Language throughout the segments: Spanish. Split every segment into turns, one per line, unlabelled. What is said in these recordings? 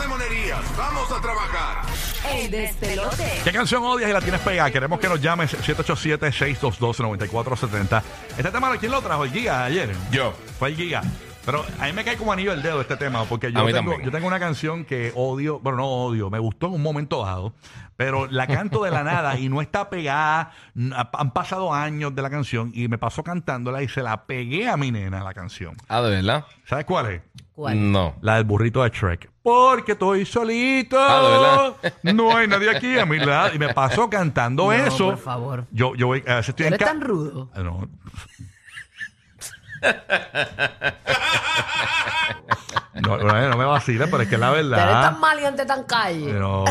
de monerías. Vamos a trabajar.
El despelote.
¿Qué canción odias y la tienes pegada? Queremos que nos llames 787-622-9470. Este tema, ¿quién lo trajo? El Giga ayer.
Yo.
Fue el Giga. Pero a mí me cae como anillo el dedo este tema, porque
A
yo
mí
tengo,
también.
yo tengo una canción que odio, bueno, no odio, me gustó en un momento dado, pero la canto de la nada y no está pegada. n- ha- Han pasado años de la canción y me pasó cantándola y se la pegué a mi nena la canción.
Ah, ¿de verdad?
¿Sabes cuál es? Mm.
¿Cuál?
No.
La del burrito de Shrek. Porque estoy solito.
Ah, ¿de
no hay nadie aquí a mi lado. Y me pasó cantando
No,
eso.
por favor.
Yo, yo voy, a veces estoy en
Pero es
ca-
tan rudo.
Ah, No. No, no, no me vaciles, pero es que es la
Pero es
verdad.
tan maleante, tan calle.
Pero,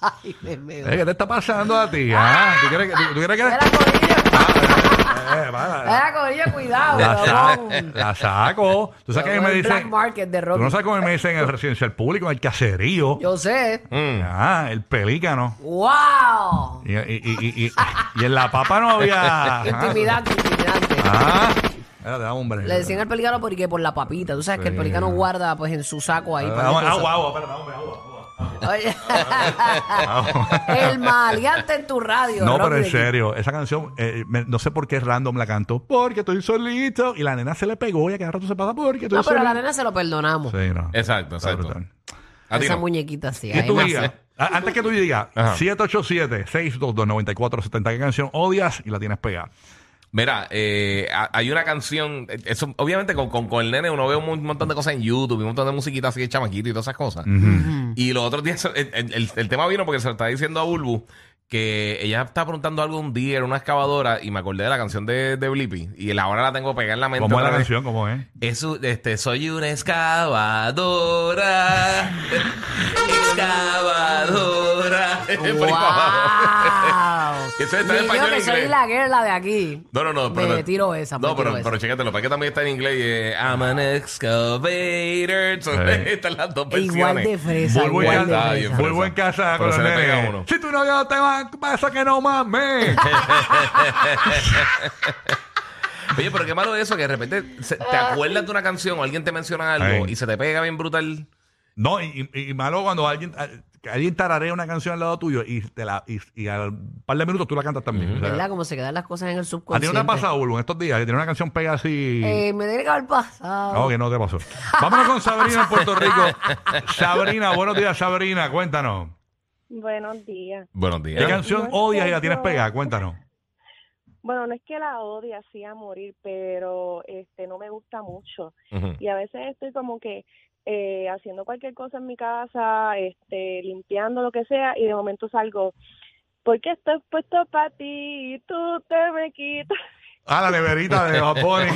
Ay, Dios mío.
eh, ¿Qué te está pasando a ti? ah? ¿Tú quieres que.? Tú, tú quieres que
Era corillo.
Ah, eh, eh, para.
Era corillo, cuidado.
la, sa-
cabrón.
la saco. Tú sabes que a mí me
El Black
dicen.
market de
Tú
Rocky.
no sabes cómo me dicen en el residencial público, en el caserío.
Yo sé.
Ah, el pelícano.
¡Wow!
Y, y- y- y- y- y en la papa no había. ajá.
Intimidante, intimidante.
Ah, espérate, dame un break.
Le decían al pelicano porque por la papita. Tú sabes que el
Sí.
pelicano guarda pues en su saco ahí.
Dame-
para
agua,
cosas.
agua, espérate, dame un break, agua, agua.
Oye. el maleante en tu radio.
No,
Rocky
pero en
de-
serio, esa canción, eh, me- no sé por qué random la cantó. Porque estoy solito. Y la nena se le pegó y a cada rato se pasa porque estoy
No, pero a
solito.
la nena se lo perdonamos.
Sí, no.
Exacto,
Está
exacto.
brutal.
A ti
Esa
no.
muñequita así.
¿Qué
ahí
tú
nace.
digas? A- Antes que tú digas,
Ajá.
787-622-9470, ¿qué canción odias y la tienes pegada?
Mira, eh, ha- hay una canción, eh, eso, obviamente con, con, con el nene uno ve un mon- montón de cosas en YouTube, y un montón de musiquita así de chamaquito y todas esas cosas. Y los otros días, el, el- el- el tema vino porque se lo estaba diciendo a Bulbu, que ella estaba preguntando algo un día, era una excavadora, y me acordé de la canción de, de Blippi, y la- ahora la tengo pegada en la mente.
¿Cómo es
otra
la
vez.
canción? ¿Cómo es?
Eso, este, soy una excavadora. excavadora. Por favor.
¡Wow!
Eso está en
Ni
español
yo que
e
soy
inglés.
la guerra de aquí.
No, no, no.
Me tiro esa. me
No, pero,
tiro esa.
pero chécatelo. Para que también está en inglés. eh, I'm an excavator. So,
Sí.
Están las dos
E igual
versiones.
de fresa.
Vuelvo
igual
en
de
casa, Vuelvo en
Ah, bien fresa.
fresa.
casa con
Pero
los
se le pega
nenes.
uno.
Si tu novio no te va, pasa que no mames.
Oye, pero qué malo es eso. Que de repente se- te
Ah.
acuerdas de una canción o alguien te menciona algo
Ay.
y se te pega bien brutal.
No, y, y- y malo cuando alguien, a- alguien tararea una canción al lado tuyo y, te la, y, y al par de minutos tú la cantas también. O sea,
¿Verdad? Como se quedan las cosas en el
¿A ti no
subconsciente.
te ha pasado, Bulbo, en estos días? Que tiene una canción pega así.
Eh, me tiene que haber pasado.
No, que no te pasó. Vámonos con Sabrina en Puerto Rico. Sabrina, buenos días, Sabrina. Cuéntanos.
Buenos días.
Buenos
¿Qué
días.
canción odias y la tienes pegada? Cuéntanos.
Bueno, no es que la odie así a morir, pero este no me gusta mucho.
Ujú.
Y a veces estoy como que eh, haciendo cualquier cosa en mi casa, este, limpiando lo que sea, y de momento salgo. Porque esto es puesto para ti, y tú te me quitas.
Ah, la neverita de Japón.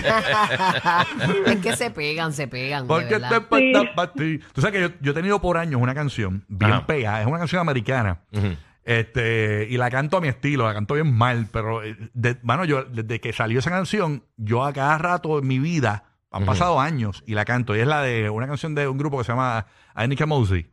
es que se pegan, se pegan. de
Porque
verdad.
te falta pa' ti. Tú sabes que yo, yo he tenido por años una canción bien
Ajá.
pegada. Es una canción americana.
Ujú.
Este, y la canto a mi estilo, la canto bien mal, pero eh, de- mano, yo desde que salió esa canción, yo a cada rato en mi vida, han
Ujú.
pasado años, y la canto. Y es la de una canción de un grupo que se llama Anika Mosey.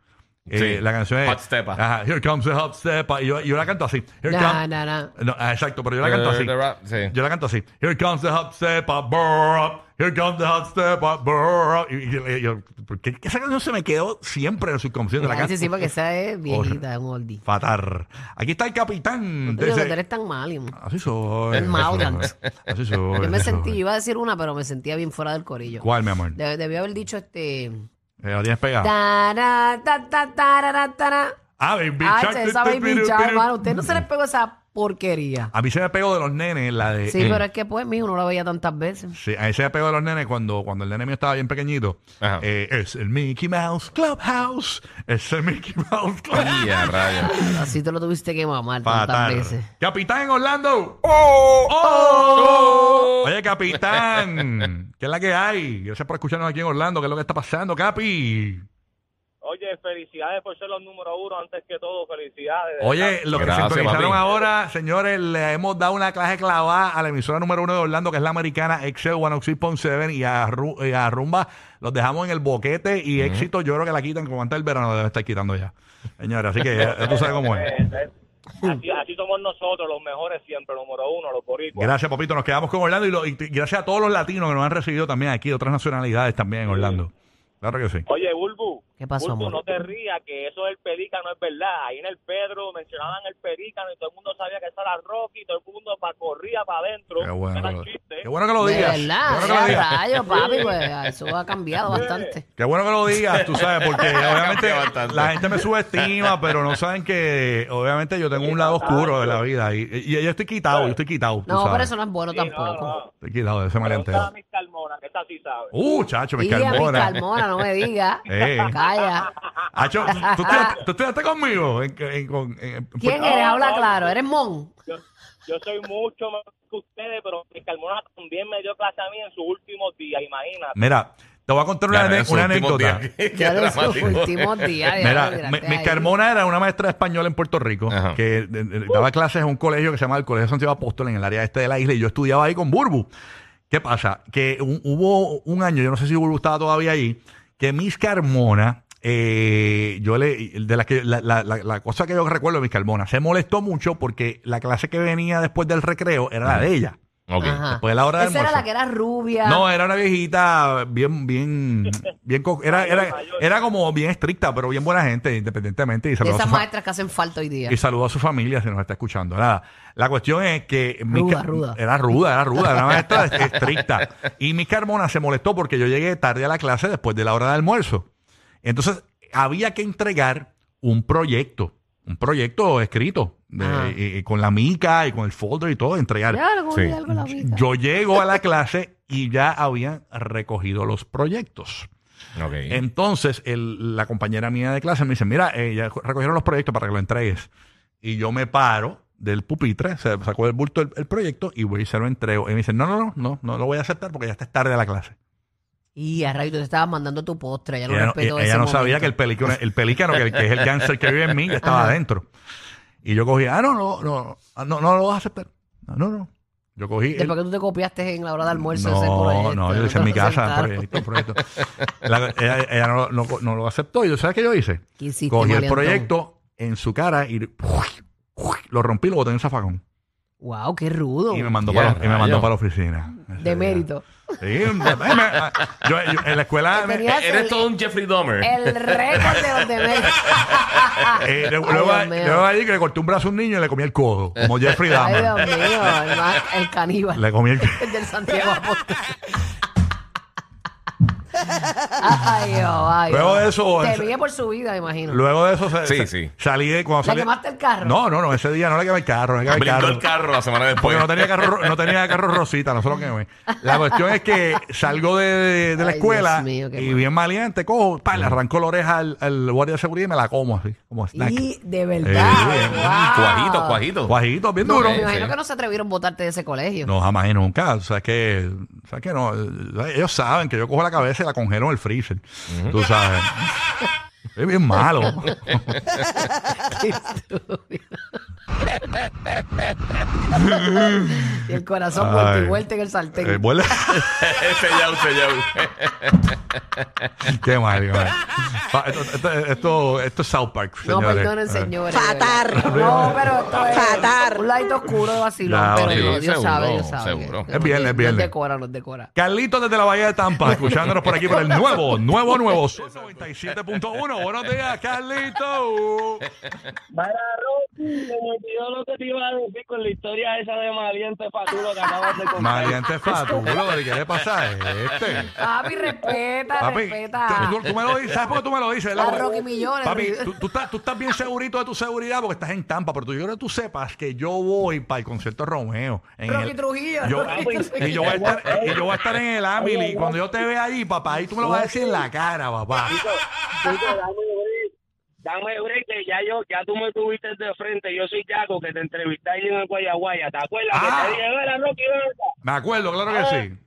Eh,
Sí.
La canción Ah, es
Hot Steppa.
Ajá, Here Comes the Hot Steppa. Y yo, yo la canto así. Here
Nah,
come-
nah, nah.
No, ah, exacto, pero yo la canto
Eh,
así.
the rap, sí.
Yo la canto así. Here comes the hot step up, brr up. Here comes the hot step up, brr up. Y, y- y- yo, ¿por qué? esa canción se me quedó siempre en el subconsciente. La
Ah,
canto
Sí, sí, porque esa es viejita, es un oldie.
fatal. Aquí está el capitán.
Pero
Dice,
tú eres tan mal, hijo.
Así soy.
El Maudan.
Así soy.
Yo me
así
sentí,
soy.
iba a decir una, pero me sentía bien fuera del corillo.
¿Cuál, mi amor?
De- debí haber dicho este.
Eh, ¿La tienes pegada?
Tara, ta, ta, tarara, tara.
Ah, baby
Ay,
shark,
se
tu,
sabe
tu, piru,
pinchar,
piru. Ah,
hermano. Usted no se les pegó esa porquería.
A mí se me pegó de los nenes la de... eh,
Sí, pero es que pues, mijo, no la veía tantas veces.
Sí, a ese apego de los nenes, cuando, cuando el nene mío estaba bien pequeñito,
Ajá.
eh, es el Mickey Mouse Clubhouse. Es el Mickey Mouse Clubhouse.
Y a rayos.
Así te lo tuviste que mamar tantas
Fatal.
veces.
Capitán en Orlando.
Oh,
Oh. Oye, capitán. ¿Qué es la que hay? Gracias por escucharnos aquí en Orlando. ¿Qué es lo que está pasando, Capi?
Oye, felicidades por ser los número uno. Antes que todo, felicidades. de verdad.
Oye, los que se
Gracias,
sintonizaron
papi.
ahora, señores, le hemos dado una clase clavada a la emisora número uno de Orlando, que es la americana Excel 106.7 y a, Ru- y a Rumba los dejamos en el boquete y éxito. Yo creo que la quitan como antes del verano, la debe estar quitando ya. Señores, así que ya, ya tú sabes cómo es.
Eh, eh, Así, así somos nosotros, los mejores siempre, los número uno, los boricuas.
Gracias, Papito. Nos quedamos con Orlando y, lo- y t- gracias a todos los latinos que nos han recibido también aquí, de otras nacionalidades también en Orlando. Claro que sí.
Oye, Bulbu,
¿Qué pasó,
Bulto, no
amor?
te rías, que eso del pelícano es verdad. Ahí en el Pedro mencionaban el pelícano y todo el mundo sabía que eso era Rocky, todo el mundo pa, corría para adentro.
Qué bueno,
Era
lo-
chiste.
qué bueno que lo
De
digas.
verdad,
qué bueno que lo
sí, a
digas.
rayos, papi, pues eso ha cambiado bastante.
Qué bueno que lo digas, tú sabes, porque obviamente
Cambió bastante.
la gente me subestima, pero no saben que obviamente yo tengo un lado oscuro de la vida. Y, y yo estoy quitado, yo estoy quitado. tú
No,
sabes.
pero eso no es bueno
Sí,
tampoco.
no, no.
Estoy quitado de ese
Preguntaba a
maleanteo.
Miss Carmona, que esa sí sabe.
Uh, chacho, me
Y a mi
calmona.
calmona, no me digas.
Eh.
Calla.
Hacho, ¿tú estudiaste, tú estudiaste conmigo? En- en- con- en- pues,
¿Quién
Pues, No,
eres? Habla
no.
claro. ¿Eres Mon?
Yo, yo soy mucho más que ustedes, pero Miss Carmona también me dio clase a mí en sus últimos días, imagínate.
Mira, te voy a contar una,
Ya,
ane-
en sus
una
últimos
anécdota.
días, qué
Ya de sus
dramático.
últimos días. ya lo
Mira,
tiraste
mi- Miss
ahí.
Carmona era una maestra española en Puerto Rico
Ajá.
que eh, eh, daba clases en un colegio que se llama el Colegio Santiago Apóstol en el área este de la isla y yo estudiaba ahí con Burbu. ¿Qué pasa? Que hu- hubo un año, yo no sé si Burbu estaba todavía ahí, que Miss Carmona, eh, yo le, de la, que, la, la- la- la cosa que yo recuerdo de Miss Carmona, se molestó mucho porque la clase que venía después del recreo era la de ella.
Ok.
Ajá.
Después de la hora de
Esa era la que era rubia.
no, era una viejita bien, bien, bien, co- era, era,
Mayor.
era como bien estricta, pero bien buena gente, independientemente. Y
de
saludó, a
esas
su fa-
maestras que hacen falta hoy día.
y saludó a su familia si nos está escuchando. Nada, la cuestión es que... mi
Ruda,
ca-
ruda.
Era ruda, era ruda, era una maestra estricta. Y mi Carmona se molestó porque yo llegué tarde a la clase después de la hora de almuerzo. Entonces, había que entregar un proyecto, un proyecto escrito, de-
Ajá.
y- y con la mica y con el folder y todo, entregar.
Ya, algún
Sí.
día algo la vida.
Yo llego a la clase y ya habían recogido los proyectos.
Ok.
Entonces, el- la compañera mía de clase me dice, mira, eh, ya recogieron los proyectos para que lo entregues. Y yo me paro del pupitre, se sacó del bulto el, el proyecto y voy y se lo entrego. Y me dice, no, no, no, no, no lo voy a aceptar porque ya está tarde a la clase.
Y a rayo, tú te estabas mandando tu postre. Ella no
ella no,
respetó
ella
ese
no sabía
momento.
que el pelícano, el pelícano que, que es el cáncer que vive en mí, ya estaba
Ajá.
adentro. Y yo cogí, ah, no, no, no, ah, no, no lo vas a aceptar. No, no, no. Yo cogí...
¿De
el-
¿Por qué tú te copiaste en la hora de almuerzo
no,
ese este, proyecto?
No, yo lo hice en mi
te
casa, pues.
sentaron.
proyecto, proyecto. La- ella ella no, no- no lo aceptó. ¿Y yo sabes qué yo hice?
¿Qué hiciste,
Cogí el
maleantón?
proyecto en su cara y ¡uy! ¡uy! lo rompí y lo boté en el zafacón.
Wow, qué rudo.
Y me mandó,
Ya,
para, la- y me mandó
rayo.
para la oficina. Ese
De
día.
mérito.
Sí, me- me- me- yo, yo en la escuela... me-
Tenía-
¿E-, Eres
el-
todo un Jeffrey Dahmer.
El récord de los de mérito.
eh,
Ay,
luego
Dios mío.
luego allí que le corté un brazo a un niño y le comí el codo, como Jeffrey
Ay, Dios
Dahmer.
mío, el, más- el caníbal.
Le comí el
El del Santiago Apóstol. ay, Dios, ay.
Luego
Dios.
de eso-
Te
eso-
mide por su vida, imagino.
Luego de eso se-
Sí,
se-
sí.
salí de cuando
¿Le
salí-
quemaste el carro?
No, no, no, ese día no le quemé el carro, le quemé el
Brincó
carro.
el carro la semana después.
Porque no tenía carro, ro- no tenía carro rosita, no sé lo que me. La cuestión es que salgo de, de- de la
Ay,
escuela
Dios mío, qué
y
mal.
bien maleante, cojo, pa, le arrancó la oreja al, al guardia de seguridad y me la como así, como snack.
Y de
Eh,
verdad. wow.
Cuajito, cuajito.
Guajito, bien
No,
duro.
me imagino
sí.
que no se atrevieron a votarte de ese colegio.
No, jamás y nunca. O sea, es que, o sea, es que no. eh, Ellos saben que yo cojo la cabeza y la congelo en el freezer. Tú sabes. Es bien malo.
Y el corazón
Ay.
vuelta y vuelta en el sartén.
Eh, vuelve-
sellado, sellado.
qué mal, qué mal. Pa- Esto, esto, esto- esto es South Park,
no,
señores. Ah.
perdonen, señores.
Fatar.
No, pero esto es
Fatar.
un ladito oscuro de vacilón.
Ya,
pero
vacilón.
Dios, Dios
Seguro,
sabe, Dios sabe.
seguro.
Nos
Es viernes,
de-
es viernes.
Nos decora, nos decora.
Carlitos desde la Bahía de Tampa, escuchándonos por aquí por el nuevo, nuevo, nuevo. Sol 97.1. Buenos días, Carlitos.
Vaya, Rocky, se me olvidó lo que te iba a decir con la historia esa de Maliente Fatulo que acabas de contar.
Maliente Fatulo, ¿qué le pasa a este?
Papi, respeta,
Papi,
respeta.
tú, tú- tú me lo dices, ¿sabes por qué tú me lo dices?
A
verdad?
Rocky Millones.
Papi, tú, tú estás, tú estás bien segurito de tu seguridad porque estás en Tampa, pero tú, yo creo que tú sepas que yo voy para el concierto de Romeo. En
Rocky
el-
Trujillo.
yo-
Rocky
y, yo voy a estar, y yo voy a estar en el Amili. Cuando yo te vea allí, papá, ahí tú me lo vas a decir en la cara, papá.
Chico, dame break. Dame break, que ya, yo, ya tú me tuviste de frente. Yo soy Jaco, que te entrevisté ahí en el Guayaguaya. ¿Te acuerdas?
Ah.
Que te dije, "Mira, Rocky, ven acá".
Me acuerdo, claro que sí.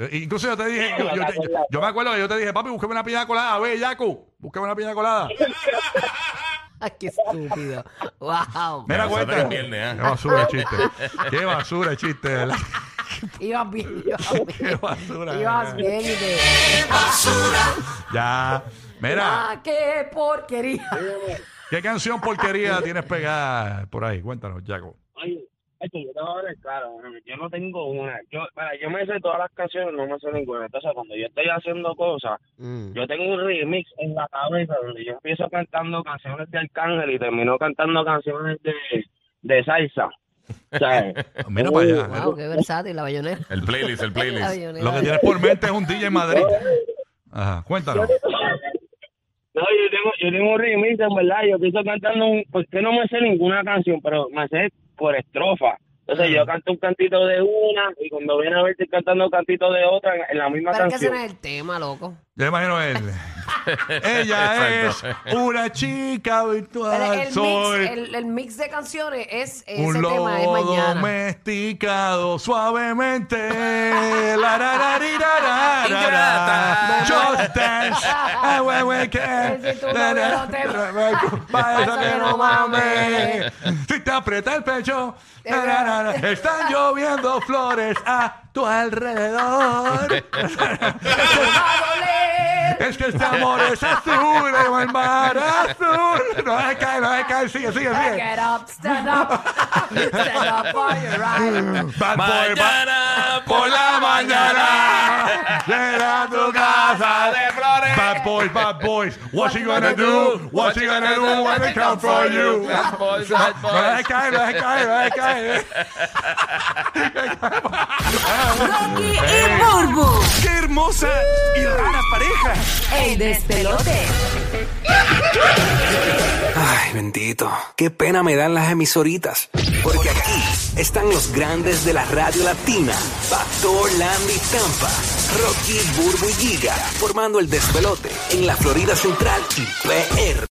Eh, Incluso yo te dije, yo, yo te- yo- yo me acuerdo que yo te dije, papi, búsqueme una piña colada, a ver, Yaco, búsqueme una piña colada.
Ay, qué estúpido. Wow.
Mira,
Ya,
cuenta.
sácate el viernes, ¿eh?
Qué basura el chiste. Qué basura el chiste, ¿verdad?
Ibas bien, ibas
Qué
bien.
basura.
Ibas
¿verdad?
bien y te...
Ya. Mira,
Ah, qué porquería.
¿qué canción porquería tienes pegada por ahí? Cuéntanos, Yaco.
Oye, Es que yo te voy a hablar claro, mano, yo no tengo una. Yo, para, yo me sé todas las canciones, no me sé ninguna. Entonces, cuando yo estoy haciendo cosas,
Mm.
yo tengo un remix en la cabeza donde yo empiezo cantando canciones de Arcángel y termino cantando canciones de, de salsa. ¿Sabes?
Mira para allá.
Wow, qué versátil la bayonera.
El playlist, el
La
playlist.
bayonera.
Lo que tienes por mente es un DJ en Madrid. Ajá, cuéntanos.
No, yo tengo, yo tengo un remix, en verdad. Yo pienso cantando, un, porque no me sé ninguna canción, pero me sé por estrofa. Entonces
Ah.
yo canto un cantito de una y cuando viene a ver estoy cantando cantito de otra en, en la misma
Pero es que ese
canción.
no es el tema, loco.
Yo imagino él. Ella es una chica
Pero
virtual.
el,
Soy
mix, el, el mix de canciones es ese
un
tema, es
lobo
mañana.
domesticado suavemente. La, ra, ra, ri, ra, ra, Ah, ra, ra.
Ingrata.
Just dance. Ay, güey, güey, que-
Ese tú no
ra, ra,
lo te-
ra, ra, pa' eso que no mames. Si te aprieta el pecho, ra, ra, ra, ra. están lloviendo flores a tu alrededor.
Va a doler.
Es que este amor es azul, el mar azul. No se cae, no se cae, sigue, sigue, sigue.
Get up, stand up, stand up for your right.
Bad boy, bad-
Mañana
por la mañana, llega a tu casa.
de flores.
Bad boys, bad boys, what you gonna do? What you gonna do when they come for you?
Bad boys,
No
bad
se
boys.
cae, no se cae, no se cae.
Rocky y Burbu.
¡Qué hermosa y rara pareja!
El despelote.
Ay, bendito. Qué pena me dan las emisoritas. Porque aquí están los grandes de la radio latina. Pastor Landy Tampa, Rocky Burbu y Giga, formando el despelote en la Florida Central y PR.